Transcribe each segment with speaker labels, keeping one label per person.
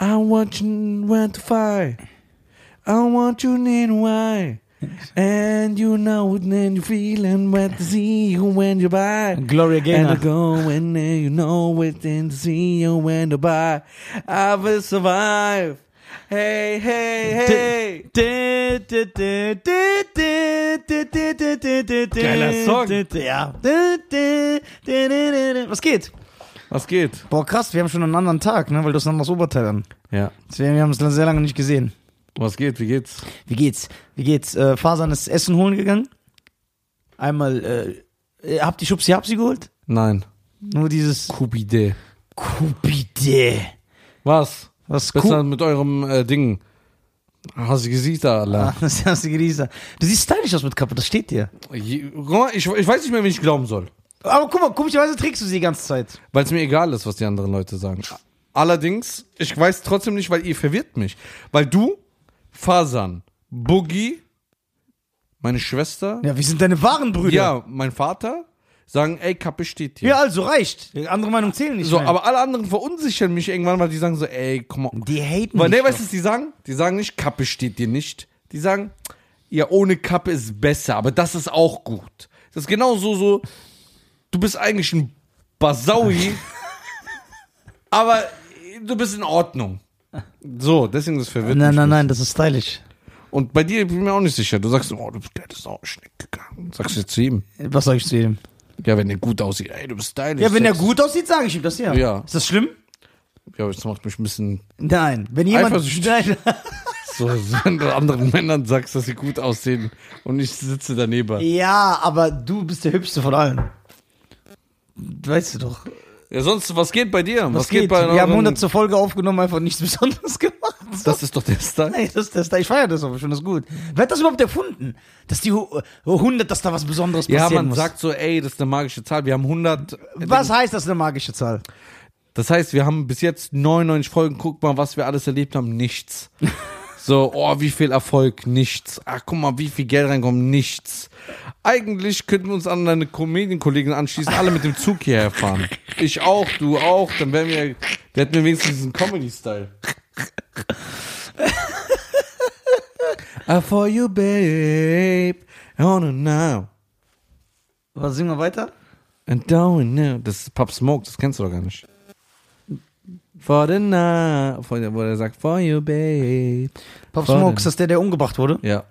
Speaker 1: I want you when to fly. I want you in why. And you know it and you feel and when to see you when you buy.
Speaker 2: Gloria
Speaker 1: And I
Speaker 2: Gaynor.
Speaker 1: go and then you know it and see you when to buy. I will survive. Hey, hey, hey.
Speaker 2: Geiler
Speaker 1: Geiler Song.
Speaker 2: Ja. Was geht?
Speaker 1: Was geht?
Speaker 2: Boah, krass, wir haben schon einen anderen Tag, ne? Weil du hast noch das Oberteil an.
Speaker 1: Ja.
Speaker 2: Deswegen, wir haben es sehr lange nicht gesehen.
Speaker 1: Was geht? Wie geht's?
Speaker 2: Wie geht's? Wie geht's? Äh, Fasan ist Essen holen gegangen. Einmal, äh, äh, habt ihr Schubsi, habt sie geholt?
Speaker 1: Nein.
Speaker 2: Nur dieses
Speaker 1: Kubide.
Speaker 2: Kubide.
Speaker 1: Was?
Speaker 2: Was
Speaker 1: Was ist
Speaker 2: Ku-
Speaker 1: denn mit eurem äh, Ding? Hast du gesehen da,
Speaker 2: Ah,
Speaker 1: Allah?
Speaker 2: Das hast du gelesen. Du siehst stylisch aus mit Kappe, das steht dir.
Speaker 1: Ah, Je- Guck mal, Ich, ich weiß nicht mehr, wen ich glauben soll.
Speaker 2: Aber guck mal, komischerweise trägst du sie die ganze Zeit.
Speaker 1: Weil es mir egal ist, was die anderen Leute sagen. Allerdings, ich weiß trotzdem nicht, weil ihr verwirrt mich. Weil du, Fasan, Boogie, meine Schwester,
Speaker 2: Ja, wir sind deine wahren Brüder.
Speaker 1: ja, mein Vater, sagen, ey, Kappe steht hier.
Speaker 2: Ja, also reicht. Andere Meinung zählen nicht.
Speaker 1: so,
Speaker 2: mehr.
Speaker 1: aber alle anderen verunsichern mich irgendwann, weil die sagen so, ey, komm mal.
Speaker 2: Die haten
Speaker 1: Weil,
Speaker 2: dich
Speaker 1: nee, weißt
Speaker 2: doch.
Speaker 1: du, was die sagen? Die sagen nicht, Kappe steht dir nicht. Die sagen, ja, ohne Kappe ist besser, aber das ist auch gut. Das ist genauso so, du bist eigentlich ein Basaui, aber du bist in Ordnung. So, deswegen ist es verwirrt.
Speaker 2: Nein,
Speaker 1: mich
Speaker 2: nein,
Speaker 1: das.
Speaker 2: nein, das ist stylisch.
Speaker 1: Und bei dir bin ich mir auch nicht sicher. Du sagst, oh, du bist der ist auch schnick gegangen. Sagst du zu ihm.
Speaker 2: Was sag ich zu ihm?
Speaker 1: Ja, wenn der gut aussieht, ey, du bist stylisch.
Speaker 2: Ja, wenn er
Speaker 1: sexy.
Speaker 2: gut aussieht, sage ich ihm das ja.
Speaker 1: Ja.
Speaker 2: Ist das schlimm?
Speaker 1: Ja, das macht mich ein bisschen
Speaker 2: Nein. Wenn jemand.
Speaker 1: Eifersüchtig.
Speaker 2: Nein.
Speaker 1: so, so, wenn du anderen Männern sagst, dass sie gut aussehen und ich sitze daneben.
Speaker 2: Ja, aber du bist der Hübschste von allen. Weißt du doch.
Speaker 1: Ja, sonst, was geht bei dir? Was, geht? bei
Speaker 2: Wir haben
Speaker 1: euren-
Speaker 2: 100 zur Folge aufgenommen, einfach nichts Besonderes gemacht.
Speaker 1: Das ist doch der Style.
Speaker 2: Nein, das, das, ich feiere das aber schon, das ist gut. Wer hat das überhaupt erfunden? Dass die hu- 100, dass da was Besonderes
Speaker 1: Ja,
Speaker 2: passieren
Speaker 1: man
Speaker 2: muss.
Speaker 1: sagt so, ey, das ist eine magische Zahl. Wir haben 100.
Speaker 2: was heißt das, eine magische Zahl?
Speaker 1: Das heißt, wir haben bis jetzt 99 Folgen. Guck mal, was wir alles erlebt haben. Nichts. So, oh, wie viel Erfolg? Nichts. Ach, guck mal, wie viel Geld reinkommt? Nichts. Eigentlich könnten wir uns an deine Comedian-Kollegen anschließen, alle mit dem Zug hierher fahren. Ich auch, du auch. Dann wären wir, wir hätten wir wenigstens diesen Comedy-Style. I for you, babe. Oh, On and now.
Speaker 2: Was, singen wir weiter?
Speaker 1: And down now. Das ist Pop Smoke, das kennst du doch gar nicht. For the night. For the, wo er sagt, for you, babe.
Speaker 2: Pop
Speaker 1: Warte.
Speaker 2: Smoke, ist das der, der umgebracht wurde?
Speaker 1: Ja.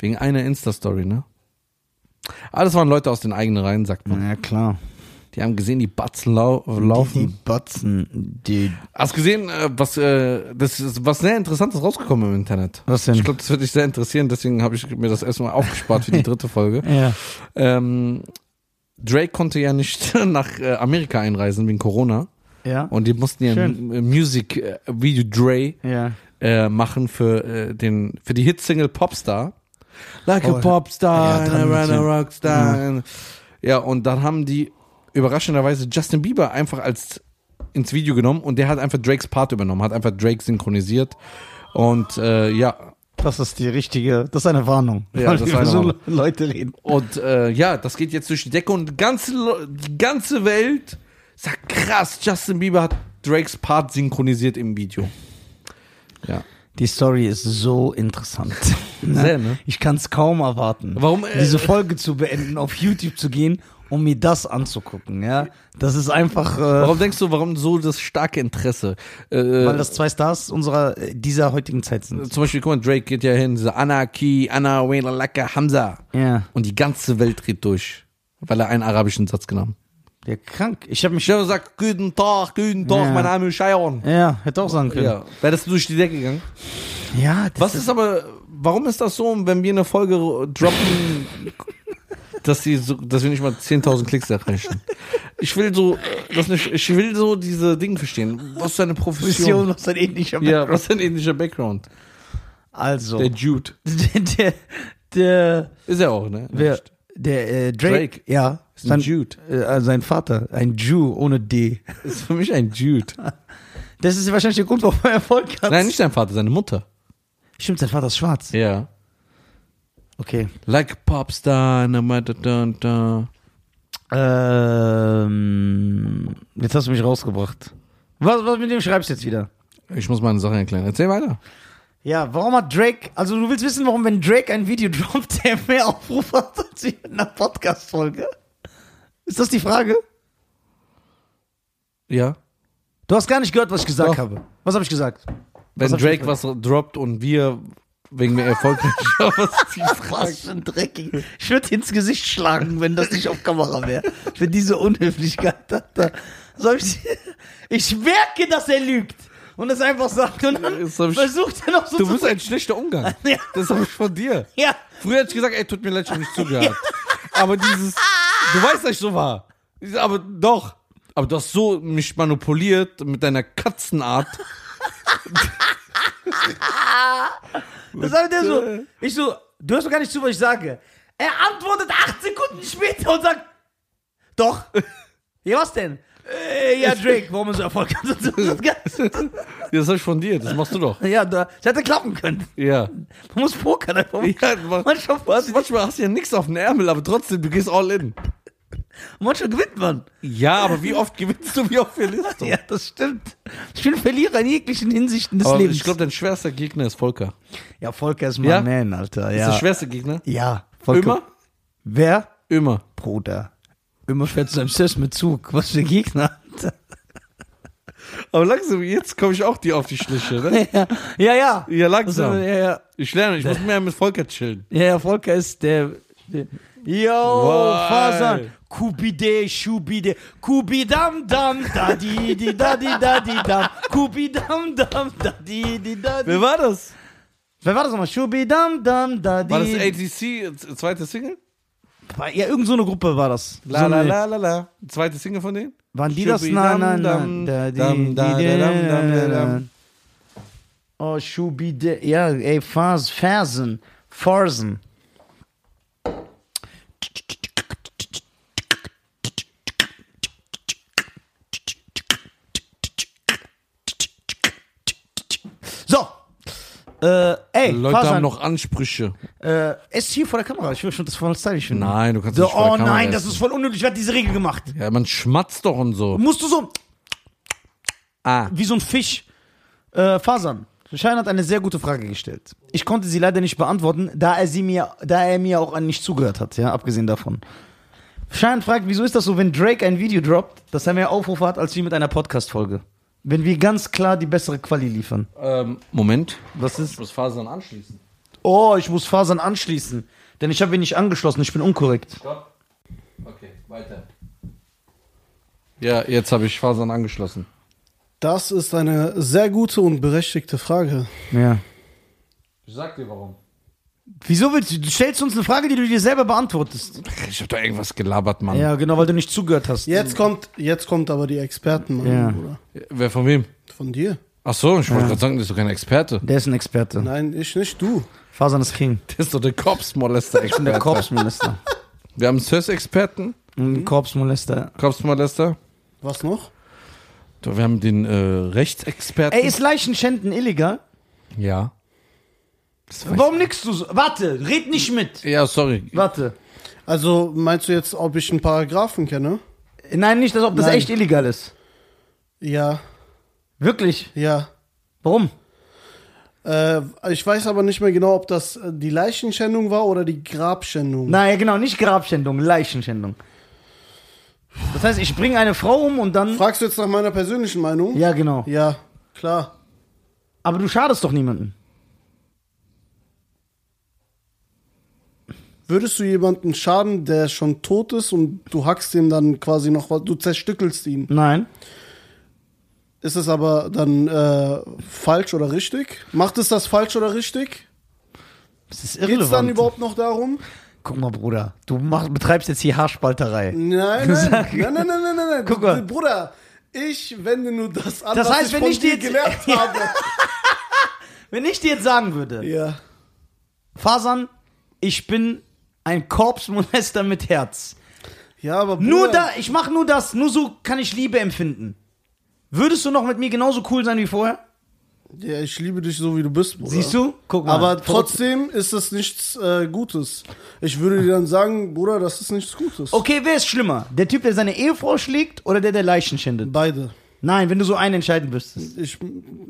Speaker 1: Wegen einer Insta-Story, ne? Alles waren Leute aus den eigenen Reihen, sagt man.
Speaker 2: Ja, klar.
Speaker 1: Die haben gesehen, die Batzen lau laufen.
Speaker 2: Batzen, die.
Speaker 1: Hast gesehen, äh, was, äh, das ist was sehr Interessantes rausgekommen im Internet.
Speaker 2: Was denn?
Speaker 1: Ich glaube, das würde dich sehr interessieren, deswegen habe ich mir das erstmal aufgespart für die dritte Folge.
Speaker 2: Ja.
Speaker 1: Ähm, Drake konnte ja nicht nach äh, Amerika einreisen wegen Corona.
Speaker 2: Ja.
Speaker 1: Und die mussten ja
Speaker 2: Schön.
Speaker 1: ein äh, Music äh, Video Dre
Speaker 2: ja.
Speaker 1: äh, machen für äh, den für die Hitsingle Popstar. Like a
Speaker 2: Oh,
Speaker 1: Popstar
Speaker 2: ja,
Speaker 1: and I
Speaker 2: dann
Speaker 1: ran a
Speaker 2: natürlich.
Speaker 1: Rockstar. Ja. ja, und dann haben die überraschenderweise Justin Bieber einfach als ins Video genommen und der hat einfach Drakes Part übernommen, hat einfach Drake synchronisiert und äh, ja
Speaker 2: Das ist die richtige, das ist eine Warnung.
Speaker 1: Ja,
Speaker 2: Weil
Speaker 1: das ist
Speaker 2: wir
Speaker 1: eine
Speaker 2: so
Speaker 1: Warnung.
Speaker 2: Le- Leute reden.
Speaker 1: und äh, ja, das geht jetzt durch die Decke und die ganze Le- die ganze Welt sagt krass, Justin Bieber hat Drakes Part synchronisiert im Video. Ja.
Speaker 2: Die Story ist so interessant.
Speaker 1: Sehr, ne?
Speaker 2: Ich kann es kaum erwarten,
Speaker 1: Warum, äh,
Speaker 2: diese Folge zu beenden, auf YouTube zu gehen, um mir das anzugucken. Ja, das ist einfach, äh,
Speaker 1: Warum denkst du, warum so das starke Interesse? Äh,
Speaker 2: weil das zwei Stars unserer äh, dieser heutigen Zeit sind.
Speaker 1: zum Beispiel, guck mal, Drake geht ja hin, diese Anarchie, Anna, Wayne, Laka, Hamza.
Speaker 2: Ja,
Speaker 1: Und die ganze Welt dreht durch, weil er einen arabischen Satz genommen hat.
Speaker 2: der krank. Ich habe mich.
Speaker 1: Ich habe gesagt, guten Tag, guten Tag,
Speaker 2: Ja.
Speaker 1: mein Name ist Sharon.
Speaker 2: Ja, hätte auch sagen können.
Speaker 1: Ja. Wäre das durch die Decke gegangen?
Speaker 2: Ja, das
Speaker 1: Was ist aber, warum ist das so, wenn wir eine Folge droppen, dass, die so, dass wir nicht mal 10.000 Klicks erreichen? Ich will so, das nicht, ich will so diese Dinge verstehen. Was ist deine Profession?
Speaker 2: Vision, was eh ein ähnlicher
Speaker 1: Ja, was ist dein indischer Background?
Speaker 2: Also,
Speaker 1: Der Jude.
Speaker 2: der, der, der,
Speaker 1: Ist er auch, ne?
Speaker 2: wer, der äh, Drake,
Speaker 1: Drake.
Speaker 2: ja,
Speaker 1: Ist ein Jude.
Speaker 2: äh, sein Vater, ein Jew ohne D.
Speaker 1: Ist für mich ein Jude.
Speaker 2: Das ist wahrscheinlich der Grund, warum er Erfolg hat.
Speaker 1: Nein, nicht sein Vater, seine Mutter.
Speaker 2: Stimmt, sein Vater ist schwarz.
Speaker 1: Ja.
Speaker 2: Okay.
Speaker 1: Like a Popstar, na, ma, da, da, da.
Speaker 2: Ähm, jetzt hast du mich rausgebracht. Was, was mit dem schreibst du jetzt wieder?
Speaker 1: Ich muss mal eine Sache erklären. Erzähl weiter.
Speaker 2: Ja, warum hat Drake, also du willst wissen, warum, wenn Drake ein Video droppt, der mehr Aufrufe hat als in einer Podcast-Folge? Ist das die Frage?
Speaker 1: Ja.
Speaker 2: Du hast gar nicht gehört, was ich gesagt
Speaker 1: Doch.
Speaker 2: habe. Was habe ich gesagt?
Speaker 1: Wenn
Speaker 2: hab ich
Speaker 1: Drake
Speaker 2: gesagt?
Speaker 1: was droppt und wir wegen mehr erfolgreicher was die Frage.
Speaker 2: Was für ein Dreckig. Ich würde ins Gesicht schlagen, wenn das nicht auf Kamera wäre. Für diese Unhöflichkeit. Alter. So hab ich, ich merke, dass er lügt. Und es einfach sagt. Und dann
Speaker 1: Das hab ich-
Speaker 2: versucht er noch so
Speaker 1: Du
Speaker 2: zu.
Speaker 1: bist ein schlechter Umgang.
Speaker 2: Ja.
Speaker 1: Das habe ich von dir.
Speaker 2: Ja.
Speaker 1: Früher hätte ich gesagt, ey, tut mir leid, ich habe nicht zugehört. Aber dieses, du weißt, dass ich so war. Ich sag, Aber doch. Aber du hast so mich manipuliert mit deiner Katzenart.
Speaker 2: Das sagt er so. Ich so, du hörst doch gar nicht zu, was ich sage. Er antwortet acht Sekunden später und sagt: Doch. Ja, was denn? Äh, ja, Drake, warum er so Erfolg hat. und so. Das Ganze.
Speaker 1: Das habe ich von dir. Das machst du doch.
Speaker 2: Ja, da, das hätte klappen können.
Speaker 1: Ja.
Speaker 2: Man muss pokern einfach.
Speaker 1: ja man,
Speaker 2: Manchmal,
Speaker 1: Also manchmal hast du ja nichts auf dem Ärmel, aber trotzdem, du gehst all in.
Speaker 2: manchmal gewinnt man.
Speaker 1: Ja, aber wie oft gewinnst du, wie oft verlierst du?
Speaker 2: Ja, das stimmt. Ich bin Verlierer in jeglichen Hinsichten des
Speaker 1: Aber
Speaker 2: Lebens.
Speaker 1: ich glaube, dein schwerster Gegner ist Volker.
Speaker 2: ja, Volker ist
Speaker 1: Ja?
Speaker 2: Man, Alter.
Speaker 1: Ist der schwerste Gegner?
Speaker 2: ja,
Speaker 1: Ömer?
Speaker 2: Wer?
Speaker 1: Ömer.
Speaker 2: Bruder. Immer fährt zu seinem Schiff mit Zug. Was für ein Gegner. Alter.
Speaker 1: Aber langsam, jetzt komme ich auch dir auf die Schliche, ne? äh,
Speaker 2: Ja, ja. ja.
Speaker 1: Ja,
Speaker 2: Also, ja,
Speaker 1: langsam.
Speaker 2: ja,
Speaker 1: Ich lerne, ich muss mehr mit Volker chillen.
Speaker 2: ja, ja, Volker ist der. der Yo,
Speaker 1: Wow.
Speaker 2: Fasan. Kubide, Schubide, Kubidam, dam, da, di, di, da, di, da, di, dam, Kubidam, dam, da, di, di, da, di.
Speaker 1: Wer war das?
Speaker 2: Wer war das nochmal? Schubidam, dam, da, di.
Speaker 1: War das ATC, z- zweite Single?
Speaker 2: War- Ja, irgend so eine Gruppe war das. so eine,
Speaker 1: la la. Zweite Single von denen?
Speaker 2: Waren die das? Nein,
Speaker 1: Schubidam,
Speaker 2: nein,
Speaker 1: dam,
Speaker 2: nein. Da,
Speaker 1: dam,
Speaker 2: die,
Speaker 1: da,
Speaker 2: die,
Speaker 1: da, dam, dam, da, dam.
Speaker 2: Oh, Schubide. Ja, ey, Fas, Fersen. Farsen. So. Äh, ey,
Speaker 1: Leute
Speaker 2: Fasan,
Speaker 1: haben noch Ansprüche.
Speaker 2: Äh, es ist hier vor der Kamera. Ich will schon das voll stylisch finden.
Speaker 1: Nein, du kannst
Speaker 2: So,
Speaker 1: nicht vor der
Speaker 2: oh
Speaker 1: Kamera
Speaker 2: nein,
Speaker 1: essen.
Speaker 2: das ist voll unnötig. Wer hat diese Regel gemacht?
Speaker 1: Ja, man schmatzt doch und so.
Speaker 2: Musst du so
Speaker 1: Ah.
Speaker 2: wie so ein Fisch äh, fasern. Schein hat eine sehr gute Frage gestellt. Ich konnte sie leider nicht beantworten, da er sie mir, da er mir auch nicht zugehört hat, ja, abgesehen davon. Schein fragt, wieso ist das so, wenn Drake ein Video droppt, dass er mehr Aufrufe hat als wir mit einer Podcast-Folge? Wenn wir ganz klar die bessere Quali liefern.
Speaker 1: Ähm, Moment.
Speaker 2: Was ist?
Speaker 1: Ich muss Fasern anschließen.
Speaker 2: Oh, ich muss Fasern anschließen. Denn ich habe ihn nicht angeschlossen, ich bin unkorrekt.
Speaker 1: Stopp. Okay, weiter. Ja, jetzt habe ich Fasern angeschlossen.
Speaker 3: Das ist eine sehr gute und berechtigte Frage.
Speaker 2: Ja.
Speaker 1: Ich sag dir warum.
Speaker 2: Wieso willst du, du stellst uns eine Frage, die du dir selber beantwortest?
Speaker 1: Ich habe da irgendwas gelabert, Mann.
Speaker 2: Ja, genau, weil du nicht zugehört hast.
Speaker 3: Jetzt kommt, jetzt kommt aber die Experten,
Speaker 2: Ja.
Speaker 3: Bruder.
Speaker 1: Wer von wem?
Speaker 3: Von dir?
Speaker 1: Ach so, ich wollte gerade sagen, der ist doch kein Experte.
Speaker 2: Der ist ein Experte.
Speaker 3: Nein, ich nicht, du.
Speaker 2: Fasern ist King.
Speaker 1: Der ist doch der Korpsmolester.
Speaker 2: Ich bin der Korpsmolester.
Speaker 1: Wir haben SIRS-Experten,
Speaker 2: Ein Korpsmolester.
Speaker 1: Korpsmolester.
Speaker 3: Was noch?
Speaker 1: Du, Wir haben den äh, Rechtsexperten.
Speaker 2: Ey, ist Leichenschänden illegal?
Speaker 1: ja.
Speaker 2: Warum nix du so? Warte, red nicht mit.
Speaker 1: Ja, sorry.
Speaker 2: Warte.
Speaker 3: Also meinst du jetzt, ob ich einen Paragraphen kenne?
Speaker 2: Nein, nicht, dass ob das
Speaker 3: Nein.
Speaker 2: echt illegal ist.
Speaker 3: Ja,
Speaker 2: Wirklich?
Speaker 3: ja.
Speaker 2: Warum?
Speaker 3: Äh, ich weiß aber nicht mehr genau, ob das äh, die Leichenschändung war oder die Grabschändung.
Speaker 2: Naja, genau, nicht Grabschändung, Leichenschändung. Das heißt, ich bringe eine Frau um und dann.
Speaker 3: Fragst du jetzt nach meiner persönlichen Meinung?
Speaker 2: Ja, genau.
Speaker 3: Ja, klar.
Speaker 2: Aber du schadest doch niemanden.
Speaker 3: Würdest du jemanden schaden, der schon tot ist und du hackst ihm dann quasi noch was, du zerstückelst ihn?
Speaker 2: Nein.
Speaker 3: Ist es aber dann äh, falsch oder richtig? Macht es das falsch oder richtig?
Speaker 2: Das ist
Speaker 3: Geht es dann
Speaker 2: irrelevant.
Speaker 3: überhaupt noch darum?
Speaker 2: Guck mal, Bruder, du mach, betreibst jetzt hier Haarspalterei.
Speaker 3: Nein, nein, nein, nein, nein, nein, nein, nein.
Speaker 2: Guck mal.
Speaker 3: Bruder, ich wende nur das an,
Speaker 2: Das heißt,
Speaker 3: was ich
Speaker 2: wenn
Speaker 3: von
Speaker 2: ich dir
Speaker 3: dir
Speaker 2: jetzt-
Speaker 3: gelernt habe.
Speaker 2: Wenn ich dir jetzt sagen würde,
Speaker 3: ja.
Speaker 2: Fasan, ich bin ein Korpsmolester mit Herz.
Speaker 3: Ja, aber Bruder,
Speaker 2: Nur da, ich mache nur das, nur so kann ich Liebe empfinden. Würdest du noch mit mir genauso cool sein wie vorher?
Speaker 3: Ja, ich liebe dich so, wie du bist, Bruder.
Speaker 2: Siehst du? Guck mal.
Speaker 3: Aber trotzdem ist das nichts äh, Gutes. Ich würde dir dann sagen, Bruder, das ist nichts Gutes.
Speaker 2: Okay, wer ist schlimmer? Der Typ, der seine Ehefrau schlägt oder der, der Leichen schändet?
Speaker 3: Beide.
Speaker 2: Nein, wenn du so einen entscheiden müsstest.
Speaker 3: Ich,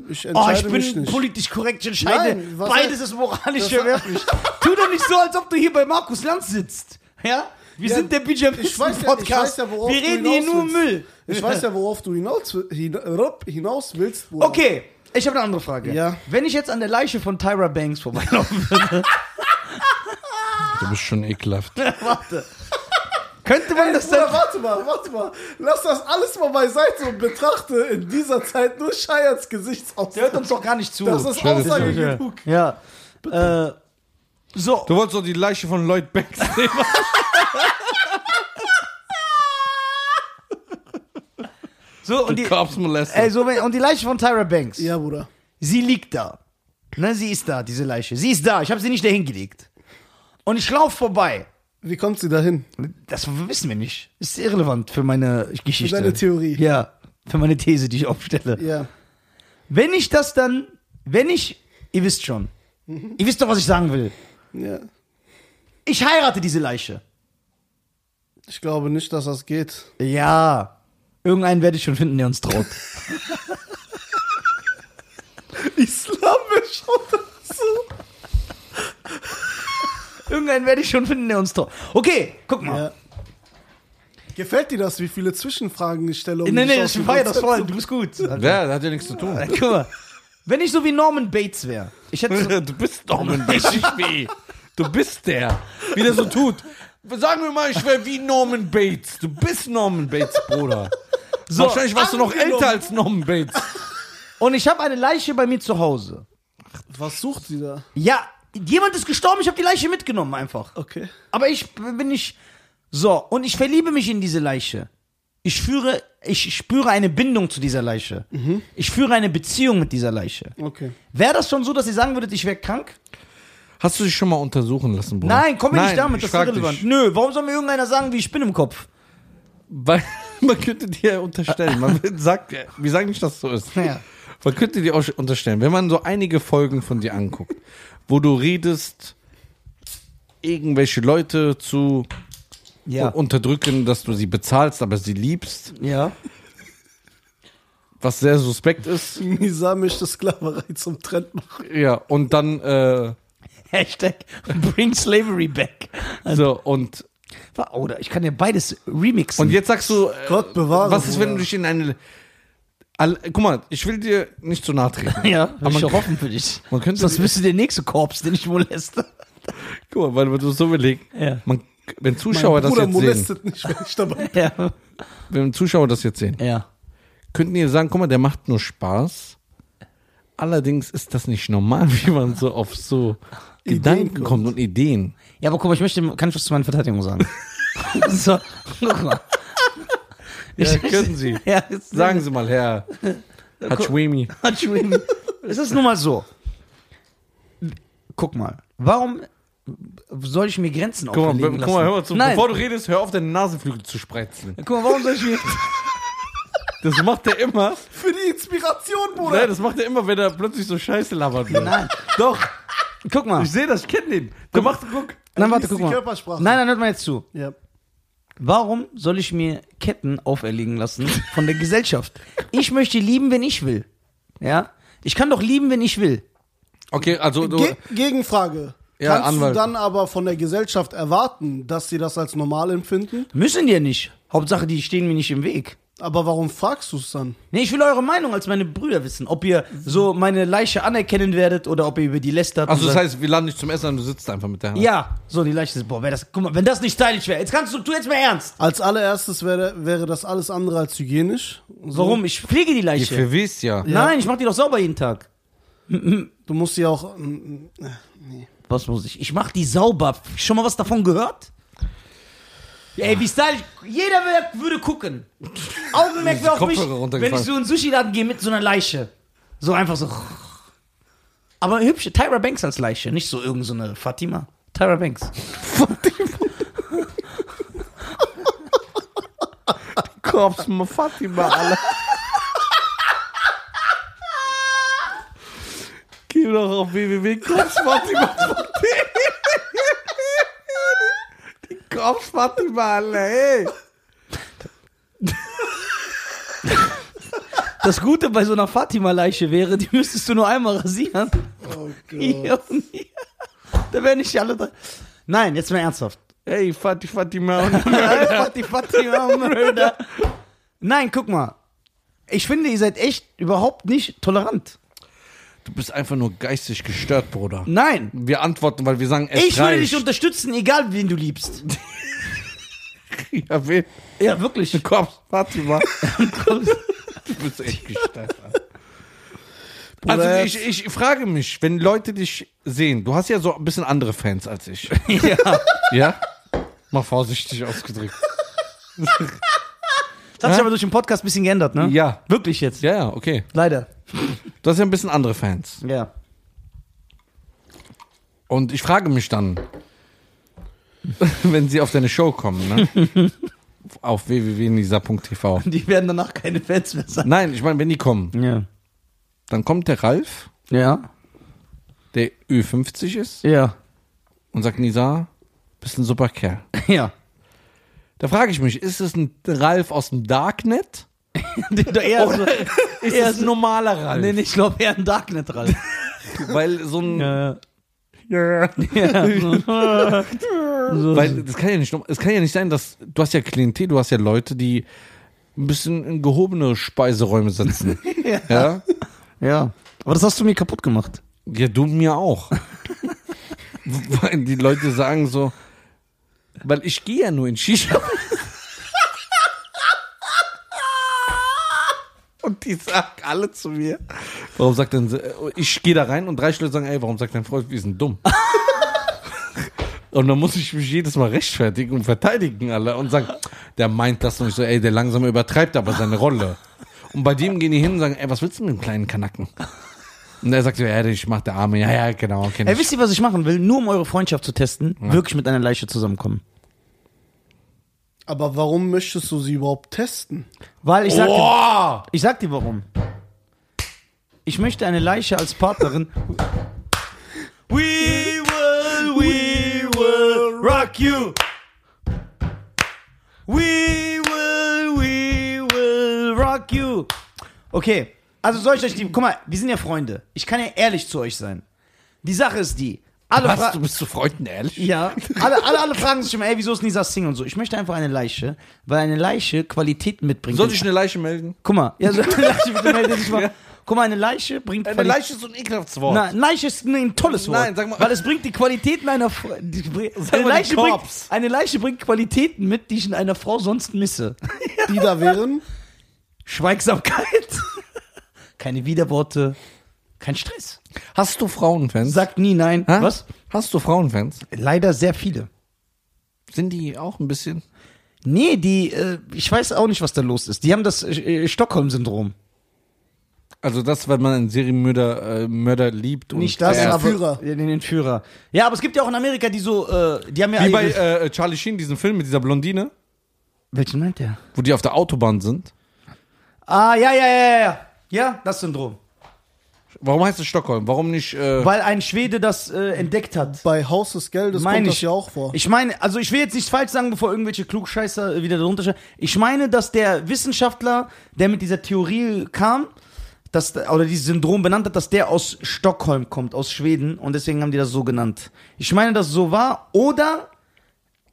Speaker 3: ich entscheide
Speaker 2: Oh, ich
Speaker 3: mich
Speaker 2: bin
Speaker 3: nicht.
Speaker 2: politisch korrekt, ich entscheide.
Speaker 3: Nein, was
Speaker 2: Beides
Speaker 3: heißt-
Speaker 2: ist moralisch
Speaker 3: das-
Speaker 2: verwerflich. tu doch nicht so, als ob du hier bei Markus Lanz sitzt. Ja? Wir
Speaker 3: Ja,
Speaker 2: sind der Benjamin
Speaker 3: ich weiß ja- ich
Speaker 2: Podcast.
Speaker 3: weiß ja, worauf
Speaker 2: Wir
Speaker 3: du
Speaker 2: reden hier
Speaker 3: hinaus
Speaker 2: nur
Speaker 3: willst.
Speaker 2: Müll.
Speaker 3: Ich weiß ja, worauf du hinaus, hin- rup- hinaus willst. Bruder.
Speaker 2: Okay, ich habe eine andere Frage.
Speaker 3: Ja.
Speaker 2: Wenn ich jetzt an der Leiche von Tyra Banks vorbeilaufe,
Speaker 1: Du bist schon ekelhaft.
Speaker 2: könnte man das
Speaker 3: Bruder,
Speaker 2: dann.
Speaker 3: warte mal, warte mal. Lass das alles mal beiseite und betrachte in dieser Zeit nur Scheiers
Speaker 2: Der hört
Speaker 3: Gesichtsausdruck.
Speaker 2: uns doch gar nicht zu.
Speaker 3: Das ist
Speaker 1: Schade,
Speaker 3: Aussage
Speaker 2: ja.
Speaker 3: genug.
Speaker 2: ja. Äh, so.
Speaker 1: Du wolltest doch die Leiche von Lloyd Banks nehmen.
Speaker 2: so und die, Also-
Speaker 1: Korpsmolester.
Speaker 2: ey, so wenn- und die Leiche von Tyra Banks.
Speaker 3: Ja, Bruder.
Speaker 2: Sie liegt da. Ne, sie ist da, diese Leiche. Sie ist da. Ich habe sie nicht dahin gelegt. Und ich laufe vorbei.
Speaker 3: Wie kommt sie dahin?
Speaker 2: Das wissen wir nicht. Ist irrelevant für meine Geschichte.
Speaker 3: Für deine Theorie.
Speaker 2: Ja, für meine These, die ich aufstelle.
Speaker 3: Ja.
Speaker 2: Wenn ich das dann, wenn ich, ihr wisst schon,
Speaker 3: Mhm.
Speaker 2: ihr wisst doch, was ich sagen will.
Speaker 3: ja.
Speaker 2: Ich heirate diese Leiche.
Speaker 3: Ich glaube nicht, dass das geht.
Speaker 2: Ja, irgendeinen werde ich schon finden, der uns traut.
Speaker 3: Islamisch oder so.
Speaker 2: irgendeinen werde ich schon finden, der uns traut. Okay, guck mal.
Speaker 3: Ja. Gefällt dir das, wie viele Zwischenfragen ich stelle?
Speaker 2: Nee,
Speaker 3: dich
Speaker 2: nee,
Speaker 3: auf
Speaker 2: ich
Speaker 3: die
Speaker 2: feier das
Speaker 3: Prozesse-
Speaker 2: voll. Du bist gut.
Speaker 1: Ja, das hat ja nichts zu tun.
Speaker 2: Guck mal. Wenn ich so wie Norman Bates wäre, ich hätte so
Speaker 1: Du bist Norman Bates, nicht wie. Du bist der, wie der so tut. Sagen wir mal, ich wäre wie Norman Bates. Du bist Norman Bates, Bruder.
Speaker 2: So,
Speaker 1: Wahrscheinlich warst du noch
Speaker 2: angenommen.
Speaker 1: älter als Norman Bates.
Speaker 2: Und ich habe eine Leiche bei mir zu Hause.
Speaker 3: Was sucht sie da?
Speaker 2: Ja, jemand ist gestorben, ich habe die Leiche mitgenommen einfach.
Speaker 3: Okay.
Speaker 2: Aber ich bin nicht. So, und ich verliebe mich in diese Leiche. Ich führe, ich spüre eine Bindung zu dieser Leiche.
Speaker 1: Mhm.
Speaker 2: Ich führe eine Beziehung mit dieser Leiche.
Speaker 3: Okay.
Speaker 2: Wäre das schon so, dass ihr sagen würdet, ich wäre krank?
Speaker 1: Hast du dich schon mal untersuchen lassen, Bruder?
Speaker 2: Nein, komm mir nicht
Speaker 1: Nein,
Speaker 2: damit,
Speaker 1: ich
Speaker 2: das ist
Speaker 1: frag
Speaker 2: irrelevant.
Speaker 1: dich.
Speaker 2: Nö, warum soll mir irgendeiner sagen, wie ich bin im Kopf?
Speaker 1: Weil man könnte dir unterstellen, man sagt, wir sagen nicht, dass es so ist.
Speaker 2: Ja.
Speaker 1: Man könnte dir auch unterstellen, wenn man so einige Folgen von dir anguckt, wo du redest, irgendwelche Leute zu
Speaker 2: Ja.
Speaker 1: unterdrücken, dass du sie bezahlst, aber sie liebst,
Speaker 2: ja.
Speaker 1: was sehr suspekt ist.
Speaker 3: Nizamische Sklaverei zum Trend machen.
Speaker 1: Ja, und dann, äh,
Speaker 2: Hashtag bring slavery back.
Speaker 1: so, und,
Speaker 2: Oder ich kann ja beides remixen.
Speaker 1: und jetzt sagst du, äh,
Speaker 3: Gott bewahre.
Speaker 1: was ist, wenn du
Speaker 3: Bruder.
Speaker 1: dich in eine, Al guck mal, ich will dir nicht zu nahe treten.
Speaker 2: Ja,
Speaker 1: Aber
Speaker 2: aber ich
Speaker 1: man-
Speaker 2: hoffen für dich.
Speaker 1: man könnte-
Speaker 2: Sonst bist du der nächste Korps, den ich moleste.
Speaker 1: Guck mal, weil du es so überlegst,
Speaker 2: Ja.
Speaker 1: man, wenn Zuschauer
Speaker 3: mein
Speaker 1: das
Speaker 3: Bruder
Speaker 1: jetzt sehen,
Speaker 3: molestet nicht, wenn ich dabei bin.
Speaker 2: Ja.
Speaker 1: wenn Zuschauer das jetzt sehen,
Speaker 2: ja.
Speaker 1: könnten die sagen, guck mal, der macht nur Spaß. Allerdings ist das nicht normal, wie man so auf so Gedanken kommt.
Speaker 3: kommt.
Speaker 1: und Ideen.
Speaker 2: Ja, aber guck mal, ich möchte, kann ich was zu meiner Verteidigung sagen? so, guck mal.
Speaker 1: Ja, können Sie.
Speaker 2: Ja, jetzt
Speaker 1: Sagen Sie mal, Herr Hatschwemi.
Speaker 2: Hatschwimi. Es ist nun mal so. Guck mal, warum soll ich mir Grenzen
Speaker 1: Guck mal,
Speaker 2: auferlegen
Speaker 1: guck
Speaker 2: lassen?
Speaker 1: mal, hör mal zu.
Speaker 2: Nein.
Speaker 1: Bevor du redest, hör auf, deine Nasenflügel zu spreizen.
Speaker 2: guck mal, warum soll ich mir...
Speaker 1: Das macht er immer.
Speaker 3: Für die Inspiration, Bruder.
Speaker 1: Nein, das macht er immer, wenn er plötzlich so Scheiße labert.
Speaker 2: Nein,
Speaker 1: Doch,
Speaker 2: guck mal.
Speaker 1: ich sehe das, ich kenne den. Der macht, guck.
Speaker 2: Nein, warte,
Speaker 3: Lies
Speaker 2: guck
Speaker 3: die
Speaker 2: mal.
Speaker 3: Körpersprache.
Speaker 2: Nein, nein, hört mal jetzt zu.
Speaker 3: Ja.
Speaker 2: Warum soll ich mir Ketten auferlegen lassen von der Gesellschaft? Ich möchte lieben, wenn ich will. Ja? Ich kann doch lieben, wenn ich will.
Speaker 1: Okay, also du,
Speaker 3: Ge Gegenfrage.
Speaker 1: Ja,
Speaker 3: Kannst
Speaker 1: Anwalt.
Speaker 3: du dann aber von der Gesellschaft erwarten, dass sie das als normal empfinden?
Speaker 2: Müssen die ja nicht. Hauptsache, die stehen mir nicht im Weg.
Speaker 3: Aber warum fragst du es dann?
Speaker 2: Nee, ich will eure Meinung als meine Brüder wissen. Ob ihr so meine Leiche anerkennen werdet oder ob ihr über die lästert.
Speaker 1: also
Speaker 2: oder-
Speaker 1: das heißt, wir laden dich zum Essen an, du sitzt einfach mit der Hand.
Speaker 2: Ja, so die Leiche ist. Boah, wär das, guck mal, wenn das nicht stylisch wäre. Jetzt kannst du, tu jetzt mal ernst.
Speaker 3: Als allererstes wäre, wäre das alles andere als hygienisch. So,
Speaker 2: Warum? Ich pflege die
Speaker 1: Ihr
Speaker 2: Leiche.
Speaker 1: verwisst ja.
Speaker 2: Nein, ich mach die doch sauber jeden Tag.
Speaker 3: Du musst ja auch. mm, mm,
Speaker 2: Was muss ich? Ich mach die sauber. Schon mal was davon gehört? Ey, wie stylisch. Jeder wär- würde gucken. Augenmerk wäre auf mich,
Speaker 1: Kopfhörer
Speaker 2: wenn
Speaker 1: runtergefallen.
Speaker 2: ich so in einen Sushi-Laden gehe mit so einer Leiche. So einfach so. Aber eine hübsche Tyra Banks als Leiche, nicht so irgendeine so eine Fatima. Tyra Banks.
Speaker 1: Korps Fatima, alle. Geh doch auf www.korpsfatima.de Die Korps Fatima, alle, hey.
Speaker 2: Das Gute bei so einer Fatima-Leiche wäre, die müsstest du nur einmal rasieren.
Speaker 3: Oh Gott.
Speaker 2: Hier und hier. Da wären nicht alle dran. Nein, jetzt mal ernsthaft.
Speaker 1: Hey, Fatih, Fatima. Und
Speaker 2: Fatih, Fatima, Mörder. Nein, guck mal. Ich finde, ihr seid echt überhaupt nicht tolerant.
Speaker 1: du bist einfach nur geistig gestört, Bruder.
Speaker 2: Nein.
Speaker 1: Wir antworten, weil wir sagen, es
Speaker 2: ich würde
Speaker 1: reicht.
Speaker 2: dich unterstützen, egal wen du liebst.
Speaker 1: ja, weh.
Speaker 2: Ja, wirklich.
Speaker 1: Du kommst, Fatima. du bist echt gestört. Alter. Also ich, ich frage mich, wenn Leute dich sehen, du hast ja so ein bisschen andere Fans als ich.
Speaker 2: Ja.
Speaker 1: Ja? Mal vorsichtig ausgedrückt.
Speaker 2: Das hat sich aber durch den Podcast ein bisschen geändert, ne?
Speaker 1: Ja.
Speaker 2: Wirklich jetzt.
Speaker 1: Ja, ja, okay.
Speaker 2: Leider.
Speaker 1: Du hast ja ein bisschen andere Fans.
Speaker 2: Ja.
Speaker 1: Und ich frage mich dann, wenn sie auf deine Show kommen, ne? auf www.nisa.tv.
Speaker 2: Die werden danach keine Fans mehr sein.
Speaker 1: Nein, ich meine, wenn die kommen,
Speaker 2: Ja.
Speaker 1: dann kommt der Ralf,
Speaker 2: Ja.
Speaker 1: der Ü50 ist,
Speaker 2: Ja.
Speaker 1: und sagt, Nisa, bist ein super Kerl.
Speaker 2: Ja.
Speaker 1: Da frage ich mich, ist es ein Ralf aus dem Darknet?
Speaker 2: eher so,
Speaker 1: Ist
Speaker 2: eher
Speaker 1: es ein normaler Ralf?
Speaker 2: nee, nee, ich glaube eher ein Darknet rein.
Speaker 1: Weil so ein.
Speaker 2: Ja.
Speaker 1: Weil das kann ja nicht, es kann ja nicht sein, dass du hast ja Klientel, du hast ja Leute, die ein bisschen in gehobene Speiseräume sitzen. ja. ja.
Speaker 2: ja. Aber das hast du mir kaputt gemacht.
Speaker 1: du mir auch. Weil die Leute sagen so, weil ich gehe ja nur in Shisha. Und die sagen alle zu mir. Warum sagt denn, sie- ich gehe da rein und drei Leute sagen, ey, warum sagt dein Freund, wir sind dumm? Und dann muss ich mich jedes Mal rechtfertigen und verteidigen alle und sagen, der meint das und ich so, ey, der langsam übertreibt aber seine Rolle. Und bei dem gehen die hin und sagen, ey, was willst du mit dem kleinen Kanacken? Und er sagt so, ja, ich mach der Arme, ja, ja, genau, kenn
Speaker 2: Ey,
Speaker 1: ich.
Speaker 2: wisst ihr, was ich machen will? Nur um eure Freundschaft zu testen, wirklich mit einer Leiche zusammenkommen.
Speaker 3: Aber warum möchtest du sie überhaupt testen?
Speaker 2: Weil ich sag,
Speaker 1: Oh.
Speaker 2: dir,
Speaker 1: Boah!
Speaker 2: ich sag dir warum. Ich möchte eine Leiche als Partnerin. We will, we will rock you. We will, we will rock you. Okay, also soll ich euch die. Guck mal, wir sind ja Freunde. Ich kann ja ehrlich zu euch sein. Die Sache ist die. Alle Fra-
Speaker 1: Was, du bist zu Freunden ehrlich?
Speaker 2: Ja, alle, alle, alle fragen sich immer, ey, wieso ist Nisa Singh und so. Ich möchte einfach eine Leiche, weil eine Leiche Qualität mitbringt.
Speaker 1: Soll ich eine Leiche melden?
Speaker 2: Guck mal, ja, so eine Leiche, bitte melde dich mal. Guck mal, eine Leiche bringt
Speaker 1: Eine
Speaker 2: Quali-
Speaker 1: Leiche ist so ein ekelhaftes Wort.
Speaker 2: Na, Leiche ist ein tolles Wort.
Speaker 1: Nein, sag mal-
Speaker 2: Weil es bringt die Qualitäten einer Frau. die- die- Eine
Speaker 1: mal,
Speaker 2: Leiche,
Speaker 1: die
Speaker 2: bringt,
Speaker 1: Korps.
Speaker 2: eine Leiche bringt Qualitäten mit, die ich in einer Frau sonst misse.
Speaker 3: Die da wären?
Speaker 2: Schweigsamkeit, keine Widerworte, kein Stress.
Speaker 1: Hast du Frauenfans?
Speaker 2: Sagt nie nein.
Speaker 1: Hä?
Speaker 2: Was?
Speaker 1: Hast du Frauenfans?
Speaker 2: Leider sehr viele.
Speaker 1: Sind die auch ein bisschen?
Speaker 2: Nee, die, äh, ich weiß auch nicht, was da los ist. Die haben das äh, äh, Stockholm-Syndrom.
Speaker 1: Also das, wenn man einen Serienmörder äh, Mörder liebt und
Speaker 2: Nicht das,
Speaker 1: verehrt.
Speaker 2: aber
Speaker 3: Führer.
Speaker 2: Den, den Führer. Ja, aber es gibt ja auch in Amerika die so, äh, die haben ja
Speaker 1: Wie
Speaker 2: ihre-
Speaker 1: bei äh, Charlie Sheen, diesen Film mit dieser Blondine,
Speaker 2: Welchen meint der?
Speaker 1: wo die auf der Autobahn sind.
Speaker 2: Ah, ja, ja, ja, ja, ja. Ja, das Syndrom.
Speaker 1: Warum heißt es Stockholm? Warum nicht? Äh,
Speaker 2: Weil ein Schwede das äh, entdeckt hat.
Speaker 3: Bei Haus des Geldes
Speaker 2: Meine
Speaker 3: kommt
Speaker 2: ich.
Speaker 3: das ja auch vor.
Speaker 2: Ich meine, also ich will jetzt nichts falsch sagen, bevor irgendwelche Klugscheißer äh, wieder darunter stehen. Ich meine, dass der Wissenschaftler, der mit dieser Theorie kam, dass, oder dieses Syndrom benannt hat, dass der aus Stockholm kommt, aus Schweden. Und deswegen haben die das so genannt. Ich meine, dass es so war. Oder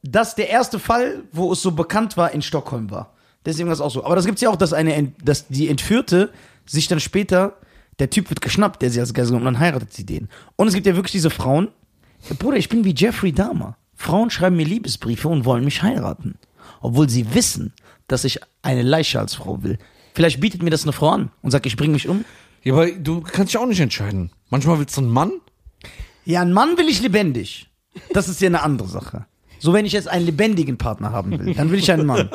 Speaker 2: dass der erste Fall, wo es so bekannt war, in Stockholm war. Deswegen war es auch so. Aber das gibt's ja auch, dass, eine, Ent- dass die Entführte sich dann später, der Typ wird geschnappt, der sie als Geisel genommen hat, und dann heiratet sie den. Und es gibt ja wirklich diese Frauen. Bruder, ich bin wie Jeffrey Dahmer. Frauen schreiben mir Liebesbriefe und wollen mich heiraten. Obwohl sie wissen, dass ich eine Leiche als Frau will. Vielleicht bietet mir das eine Frau an und sagt, ich bringe mich um.
Speaker 1: ja, aber du kannst dich auch nicht entscheiden. Manchmal willst du einen Mann.
Speaker 2: Ja, einen Mann will ich lebendig. Das ist ja eine andere Sache. So, wenn ich jetzt einen lebendigen Partner haben will, dann will ich einen Mann.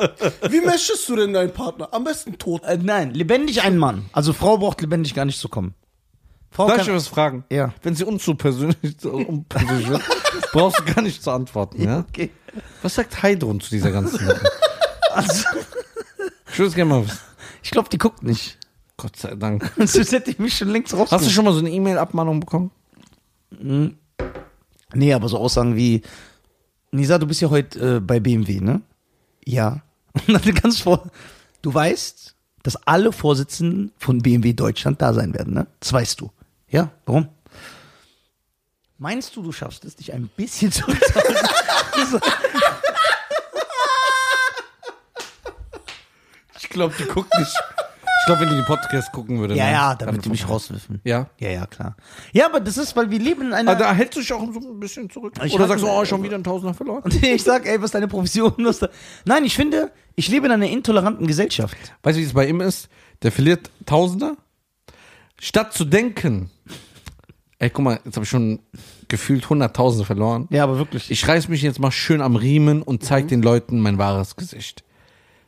Speaker 3: Wie möchtest du denn deinen Partner? Am besten tot.
Speaker 2: Äh, nein, lebendig ein Mann. Also Frau braucht lebendig gar nicht zu kommen. Frau
Speaker 1: Darf ich dir
Speaker 2: kann,
Speaker 1: was fragen?
Speaker 2: Ja.
Speaker 1: Wenn sie uns so persönlich, so unpersönlich wird, brauchst du gar nicht zu antworten, ja?
Speaker 2: okay.
Speaker 1: Was sagt Heidrun zu dieser ganzen Sache?
Speaker 2: also,
Speaker 1: Ich würde es gerne mal wissen.
Speaker 2: ich glaube, die guckt nicht.
Speaker 1: Gott sei Dank.
Speaker 2: Sonst hätte ich mich schon längst raus.
Speaker 1: Hast du schon mal so eine E-Mail-Abmahnung bekommen?
Speaker 2: Nee, aber so Aussagen wie, Nisa, du bist ja heute äh, bei BMW, ne? Ja. Und dann ganz vor, du weißt, dass alle Vorsitzenden von BMW Deutschland da sein werden. Ne? Das weißt du. Ja, warum? Meinst du, du schaffst es, dich ein bisschen zu
Speaker 1: Ich glaube, die guckt nicht. Ich glaube, wenn die den Podcast gucken würde.
Speaker 2: Ja,
Speaker 1: ne?
Speaker 2: ja, damit die mich rauswerfen.
Speaker 1: Ja.
Speaker 2: Ja, ja, klar. Ja, aber das ist, weil wir leben in einer.
Speaker 1: Ah, da hältst du dich auch so ein bisschen zurück.
Speaker 2: Ich
Speaker 1: Oder
Speaker 2: halte-
Speaker 1: sagst du, oh, schon wieder ein Tausender verloren?
Speaker 2: Und ich sag, ey, was ist deine Profession? Was da- Nein, ich finde, ich lebe in einer intoleranten Gesellschaft.
Speaker 1: Weißt du, wie es bei ihm ist? Der verliert Tausender. Statt zu denken, ey, guck mal, jetzt habe ich schon gefühlt Hunderttausende verloren.
Speaker 2: Ja, aber wirklich. Mhm.
Speaker 1: Ich reiß mich jetzt mal schön am Riemen und zeig den Leuten mein wahres Gesicht.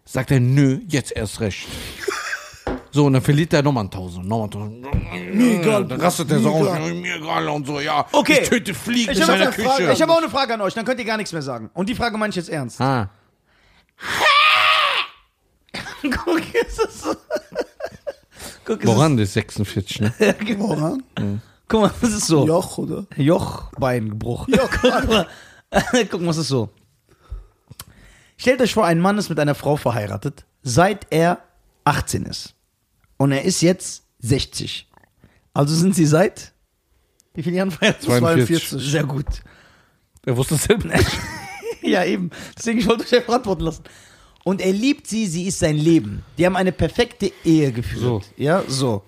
Speaker 1: Sagt er, nö, jetzt erst recht. So, und dann verliert er nochmal ein Tausend, nochmal ein Tausend. Mir
Speaker 3: egal,
Speaker 1: Dann rastet er so
Speaker 3: mir
Speaker 1: aus,
Speaker 3: egal.
Speaker 1: mir egal und so, ja.
Speaker 2: Okay.
Speaker 1: Ich töte Fliegen
Speaker 2: ich
Speaker 1: in
Speaker 2: habe
Speaker 1: meiner
Speaker 2: auch,
Speaker 1: Küche.
Speaker 2: Frage- ich hab auch eine Frage an euch, dann könnt ihr gar nichts mehr sagen. Und die Frage meine ich jetzt ernst.
Speaker 1: ah.
Speaker 2: Guck, es ist so. Guck, es
Speaker 1: Woran das 46, ne?
Speaker 2: Ist, Guck
Speaker 3: Woran?
Speaker 2: mal, das ist so.
Speaker 3: Joch, oder?
Speaker 2: Jochbeinbruch. Guck mal, Guck mal, es ist so. Stellt euch vor, ein Mann ist mit einer Frau verheiratet, seit er 18 ist. Und er ist jetzt 60. Also sind sie seit wie vielen Jahren verheiratet?
Speaker 1: 42.
Speaker 2: Sehr gut.
Speaker 1: Er wusste es selber nicht.
Speaker 2: Ja, eben. Deswegen, ich wollte euch einfach antworten lassen. Und er liebt sie, sie ist sein Leben. Die haben eine perfekte Ehe geführt.
Speaker 1: So.
Speaker 2: Ja, so.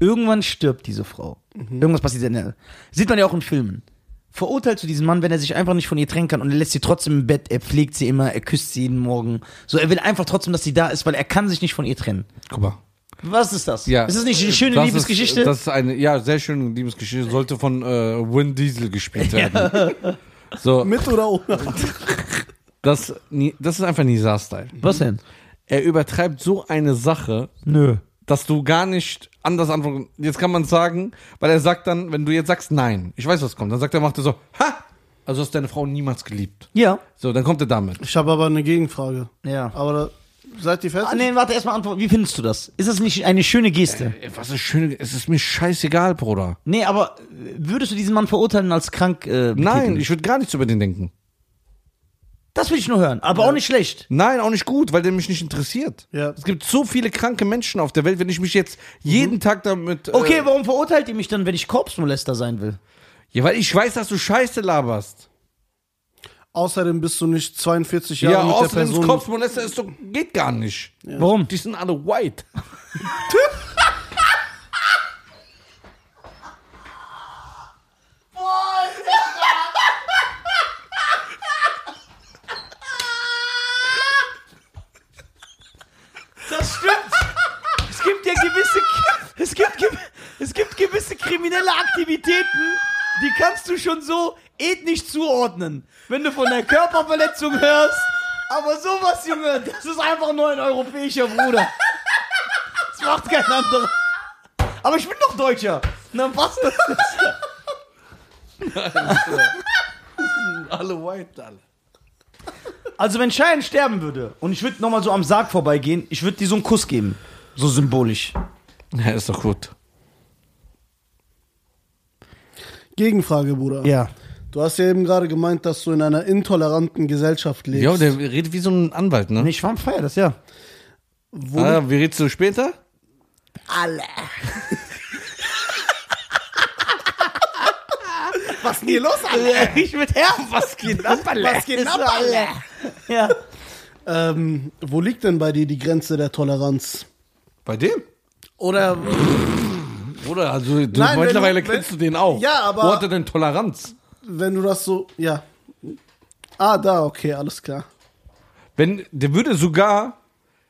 Speaker 2: Irgendwann stirbt diese Frau.
Speaker 1: Mhm.
Speaker 2: Irgendwas passiert. in der- Sieht man ja auch in Filmen. Verurteilt zu diesem Mann, wenn er sich einfach nicht von ihr trennen kann und er lässt sie trotzdem im Bett, er pflegt sie immer, er küsst sie jeden Morgen. So, er will einfach trotzdem, dass sie da ist, weil er kann sich nicht von ihr trennen.
Speaker 1: Guck mal.
Speaker 2: Was ist das?
Speaker 1: Ja.
Speaker 2: Ist das nicht eine schöne
Speaker 1: Das
Speaker 2: Liebesgeschichte?
Speaker 1: Ist, das ist eine, ja, sehr schöne Liebesgeschichte. Sollte von äh, Win Diesel gespielt werden. So,
Speaker 3: Mit oder ohne?
Speaker 1: das, nie- das ist einfach Nisa-Style.
Speaker 2: Was denn?
Speaker 1: Er übertreibt so eine Sache,
Speaker 2: Nö.
Speaker 1: dass du gar nicht anders antworten. Jetzt kann man sagen, weil er sagt dann, wenn du jetzt sagst nein, ich weiß, was kommt, dann sagt er, macht er so, ha! Also hast deine Frau niemals geliebt.
Speaker 2: Ja.
Speaker 1: So, dann kommt er damit.
Speaker 3: Ich habe aber eine Gegenfrage.
Speaker 2: Ja.
Speaker 3: Aber da, seid ihr fertig?
Speaker 2: Ah, nee, warte, erstmal antworten. Wie findest du das? Ist das nicht eine schöne Geste?
Speaker 1: Ey, Was ist schön, es ist mir scheißegal, Bruder.
Speaker 2: Nee, aber äh, würdest du diesen Mann verurteilen als krank?
Speaker 1: Nein,
Speaker 2: Äh, betiteln?
Speaker 1: ich würde gar nichts über den denken.
Speaker 2: Das will ich nur hören, aber auch nicht schlecht.
Speaker 1: Nein, auch nicht gut, weil der mich nicht interessiert.
Speaker 3: Ja.
Speaker 1: Es gibt so viele kranke Menschen auf der Welt, wenn ich mich jetzt jeden Tag damit.
Speaker 2: Okay,
Speaker 1: Äh,
Speaker 2: warum verurteilt ihr mich dann, wenn ich Korpsmolester sein will?
Speaker 1: ja, weil ich weiß, dass du Scheiße laberst.
Speaker 3: Außerdem bist du nicht 42
Speaker 1: Ja,
Speaker 3: Jahre mit der
Speaker 1: außerdem
Speaker 3: Person.
Speaker 1: Kopfmolester ist so, geht gar nicht.
Speaker 2: Warum?
Speaker 1: Die sind alle white.
Speaker 2: Das stimmt. es gibt ja gewisse, es gibt, gew- es gibt gewisse kriminelle Aktivitäten, die kannst du schon so ethnisch zuordnen, wenn du von der Körperverletzung hörst. Aber sowas, Junge, das ist einfach nur ein europäischer Bruder. Das macht kein anderer. Aber ich bin doch Deutscher. Na, was das?
Speaker 1: Alle white, alle.
Speaker 2: Also wenn Cheyenne sterben würde und ich würde nochmal so am Sarg vorbeigehen, ich würde dir so einen Kuss geben. So symbolisch.
Speaker 1: Ja, ist doch gut.
Speaker 3: Gegenfrage, Bruder.
Speaker 2: Ja.
Speaker 3: Du hast ja eben gerade gemeint, dass du in einer intoleranten Gesellschaft lebst.
Speaker 1: Ja, der redet wie so ein Anwalt, ne?
Speaker 2: Nee, ich war am Feier, das ja.
Speaker 1: ah, wie redest du später?
Speaker 2: Alle.
Speaker 3: was ist hier los,
Speaker 2: Ich mit Herren. Was geht ab, alle? Was geht ab, alle? Ja.
Speaker 3: Ähm, wo liegt denn bei dir die Grenze der Toleranz?
Speaker 1: Bei dem?
Speaker 3: Oder
Speaker 1: Oder also du,
Speaker 3: Nein, wenn
Speaker 1: mittlerweile
Speaker 3: du- wenn-
Speaker 1: kennst du den auch.
Speaker 3: Ja, aber-
Speaker 1: Wo hat er denn Toleranz?
Speaker 3: wenn du das so, ja. Ah, da, okay, alles klar.
Speaker 1: Wenn der würde sogar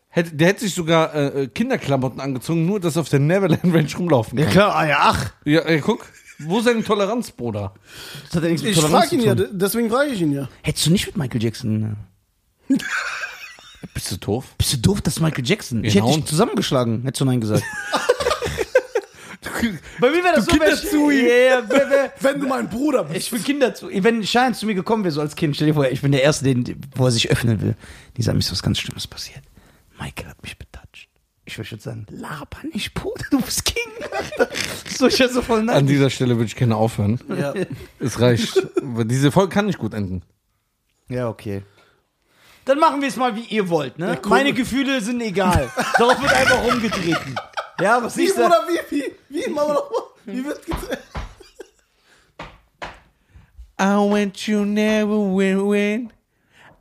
Speaker 1: hätte, der hätte sich sogar äh, äh, Kinderklamotten angezogen, nur dass er auf der Neverland Ranch rumlaufen kann.
Speaker 2: klar, ah, ja, ach.
Speaker 1: Ja, ey, guck, wo ist seine Toleranz, Bruder?
Speaker 2: Das hat ja nichts mit
Speaker 3: Ich
Speaker 2: Toleranz
Speaker 3: frage ihn
Speaker 2: zu
Speaker 3: ja,
Speaker 2: tun.
Speaker 3: de- deswegen frage ich ihn ja.
Speaker 2: Hättest du nicht mit Michael Jackson... äh,
Speaker 1: Bist du doof?
Speaker 2: Bist du doof, das ist Michael Jackson? Ich
Speaker 1: Genau.
Speaker 2: hätte dich zusammengeschlagen, hättest du Nein gesagt. Bei mir wäre das
Speaker 3: Du Kinder zu ihm.
Speaker 2: yeah, wär, wär,
Speaker 3: Wenn du mein Bruder bist.
Speaker 2: Ich will Kinder zu. Wenn Schein zu mir gekommen wäre, so als Kind, stell dir vor, ich bin der Erste, den, wo er sich öffnen will. Die sagen, mir ist was ganz Schlimmes passiert. Michael hat mich betatscht. Ich würde schon sagen, laber nicht, Bruder, du bist King. so, ich wär so voll
Speaker 1: An
Speaker 2: nein.
Speaker 1: dieser Stelle würde ich gerne aufhören.
Speaker 3: Ja.
Speaker 1: Es reicht. Diese Folge kann nicht gut enden.
Speaker 2: Ja, okay. Dann machen wir es mal, wie ihr wollt. Ne?
Speaker 3: cool.
Speaker 2: Meine Gefühle sind egal. Darauf wird einfach rumgetreten. Ja, was
Speaker 3: Wie,
Speaker 2: ich sag.
Speaker 3: oder wie, wie, wie, machen wir nochmal? Wie wird getreten?
Speaker 1: I want you never win win.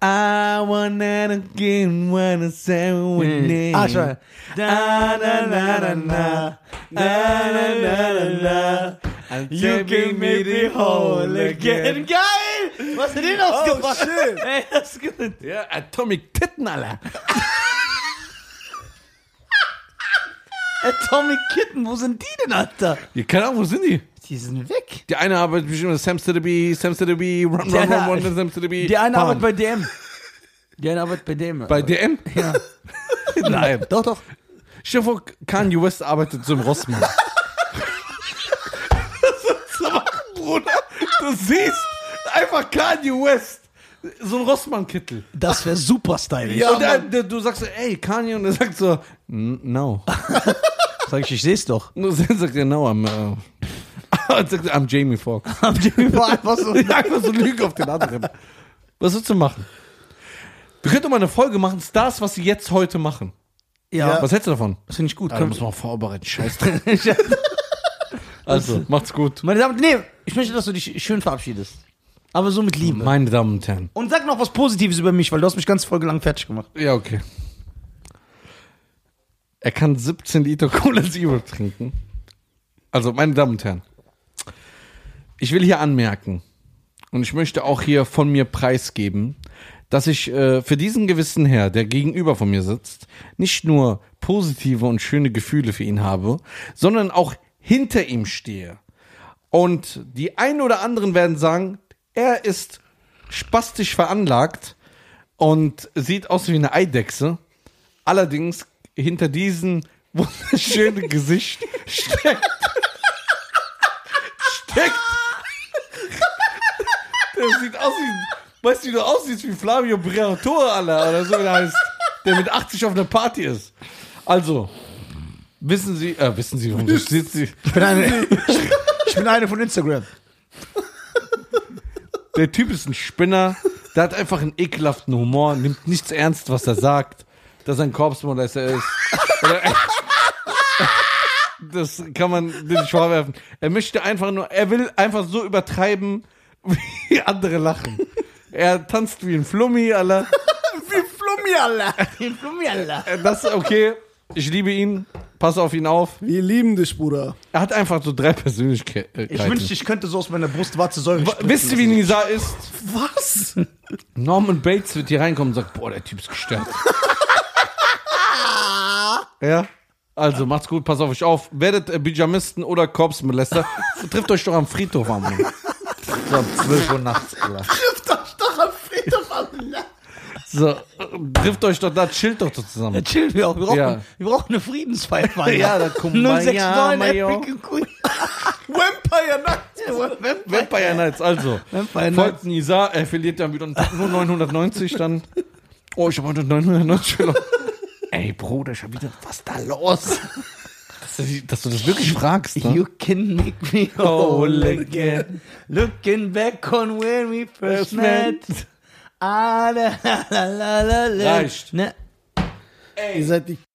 Speaker 1: I wanna again wanna say winning.
Speaker 2: Ah, schau.
Speaker 1: Na, na, na, na, na. Na, na, na, na, na.
Speaker 2: You can make me whole again. Geil! Was hast du denn ausgemacht?
Speaker 3: shit.
Speaker 2: Ey, das ist gut.
Speaker 1: Ja, Atomic Titten, Alter.
Speaker 2: Atomic Kitten, wo sind die denn, Alter?
Speaker 1: Ihr keine Ahnung, wo sind die?
Speaker 2: Die sind weg.
Speaker 1: Die eine arbeitet bestimmt mit Sam Stidderby, Sam Stidderby, Run, Run,
Speaker 2: Der-
Speaker 1: Run, Run, Run, Sam Stidderby.
Speaker 2: Die eine
Speaker 1: Bam.
Speaker 2: arbeitet bei DM. Die eine arbeitet bei DM.
Speaker 1: Bei DM?
Speaker 2: Ja.
Speaker 1: Nein.
Speaker 2: Doch, doch.
Speaker 1: Stell dir vor, Kanye West arbeitet zum Rossmann. das ist so, Bruder. Du siehst einfach Kanye West. So ein Rossmann-Kittel.
Speaker 2: Das wäre super stylisch.
Speaker 3: Ja,
Speaker 1: und der,
Speaker 3: Mann.
Speaker 1: der, du sagst so, ey, Kanye, und er sagt so, "N- no.
Speaker 2: Sag ich, ich seh's doch.
Speaker 1: Und dann sagt er, no, I'm, uh, und sagt, er, I'm Jamie Foxx.
Speaker 2: Haben die überall einfach so.
Speaker 1: Einfach so Lüge auf den anderen. Was willst du machen? Wir könnten mal eine Folge machen, Stars, was sie jetzt heute machen.
Speaker 2: Ja,
Speaker 1: Was hältst du davon? Ah,
Speaker 2: das finde ich gut.
Speaker 1: Da muss man vorbereiten, scheiß drauf.
Speaker 2: Komm.
Speaker 1: Also, macht's gut.
Speaker 2: Meine Damen und Herren, nee, ich möchte, dass du dich schön verabschiedest. Aber so mit Liebe.
Speaker 1: Meine Damen und Herren.
Speaker 2: Und sag noch was Positives über mich, weil du hast mich ganz Folge lang fertig gemacht.
Speaker 1: Ja, okay. Er kann 17 Liter Cola Zero trinken. Also, meine Damen und Herren, ich will hier anmerken und ich möchte auch hier von mir preisgeben, dass ich äh, für diesen gewissen Herr, der gegenüber von mir sitzt, nicht nur positive und schöne Gefühle für ihn habe, sondern auch hinter ihm stehe. Und die einen oder anderen werden sagen, er ist spastisch veranlagt und sieht aus wie eine Eidechse. Allerdings hinter diesem wunderschönen Gesicht steckt, steckt. Der sieht aus wie, weißt du, wie du aussiehst, wie Flavio Briatore, Alter, oder so wie der heißt, der mit 80 auf einer Party ist. Also, wissen Sie, äh, wissen Sie, warum das sitzt Sie?
Speaker 2: Ich bin eine, ich bin eine von Instagram.
Speaker 1: Der Typ ist ein Spinner. Der hat einfach einen ekelhaften Humor, nimmt nichts ernst, was er sagt, dass er ein Korpsmolester ist. Oder das kann man dem nicht vorwerfen. Er möchte einfach nur, er will einfach so übertreiben, wie andere lachen. Er tanzt wie ein Flummi, Alter.
Speaker 2: Wie Flummialla. Wie Flummialla.
Speaker 1: Das ist okay. Ich liebe ihn. Pass auf ihn auf.
Speaker 3: Wir lieben dich, Bruder.
Speaker 1: Er hat einfach so drei Persönlichkeiten.
Speaker 2: Ich wünschte, ich könnte so aus meiner Brust Warze Säure
Speaker 1: Wa-
Speaker 2: spritzen
Speaker 1: Wisst ihr, wie
Speaker 2: lassen.
Speaker 1: Nisa ist?
Speaker 3: Was?
Speaker 1: Norman Bates wird hier reinkommen und sagt, boah, der Typ ist gestört. ja. Also macht's gut, passt auf euch auf. Werdet äh, Pyjamisten oder Korpsmolester. Trifft euch doch am Friedhof am Mann. So, um 12 Uhr nachts. Alter.
Speaker 3: Trifft euch doch am Friedhof an.
Speaker 1: So, äh, trifft euch doch da, chillt doch doch
Speaker 2: Ja,
Speaker 1: zusammen.
Speaker 2: chill, wir, auch, wir, brauchen,
Speaker 1: Ja.
Speaker 2: wir brauchen eine Friedensfeier. Mann.
Speaker 1: Ja, da kommt man,
Speaker 2: 069
Speaker 1: ja, Major.
Speaker 2: Epic Queen.
Speaker 3: Vampire Nacht.
Speaker 1: Vampire Nights, also.
Speaker 2: Vampire Nights.
Speaker 1: Folgt Nisa, er verliert dann wieder einen Tag, nur 990 dann. Oh, ich habe heute 990 verloren. Ey, Bruder, ich hab wieder, was ist da los? ne? Dass du, dass du das wirklich fragst. Ne?
Speaker 2: You can make me
Speaker 1: Oh,
Speaker 2: whole again. Looking back on when we first met. Ah, la, la, la, la, la.
Speaker 1: Reicht.
Speaker 2: Ne?
Speaker 3: Ihr seid die